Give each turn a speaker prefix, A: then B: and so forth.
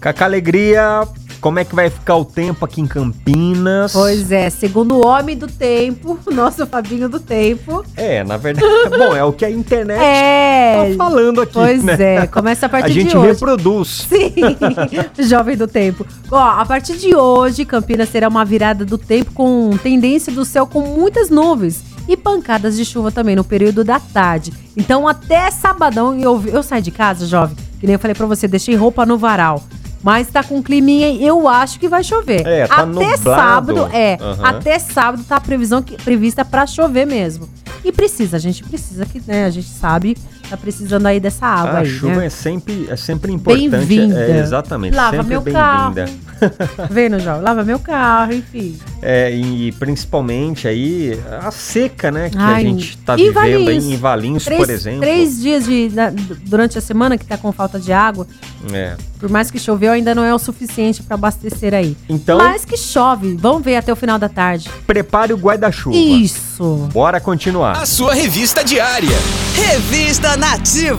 A: Cacá Alegria, como é que vai ficar o tempo aqui em Campinas?
B: Pois é, segundo o homem do tempo, o nosso Fabinho do tempo.
A: É, na verdade, bom, é o que a internet
B: É.
A: tá falando aqui,
B: Pois
A: né?
B: é, começa a partir
A: A gente
B: de hoje.
A: reproduz.
B: Sim, jovem do tempo. Ó, a partir de hoje, Campinas terá uma virada do tempo com tendência do céu com muitas nuvens e pancadas de chuva também no período da tarde. Então, até sabadão, eu, eu saio de casa, jovem, que nem eu falei pra você, deixei roupa no varal. Mas tá com um climinha, aí, eu acho que vai chover.
A: É, tá
B: até
A: nublado.
B: sábado, é.
A: Aham.
B: Até sábado tá a previsão que, prevista pra chover mesmo. E precisa, a gente precisa que, né, a gente sabe, tá precisando aí dessa água
A: a
B: aí,
A: chuva
B: né?
A: é sempre, é sempre importante.
B: Bem-vinda.
A: É, exatamente,
B: Lava
A: sempre
B: meu Tá
A: bem-vinda.
B: Vendo, João? Lava meu carro, enfim.
A: É, e principalmente aí a seca, né? Que a
B: Ai,
A: gente tá
B: e
A: vivendo
B: Valinhos?
A: aí em Valinhos,
B: Três,
A: por exemplo.
B: três dias de, na- durante a semana que tá com falta de água,
A: É.
B: por mais que choveu, ainda não é o suficiente pra abastecer aí.
A: Então,
B: Mas que chove, vamos ver até o final da tarde.
A: prepare o guarda-chuva.
B: Isso!
A: Bora continuar.
C: A sua revista diária.
D: Revista Nativa.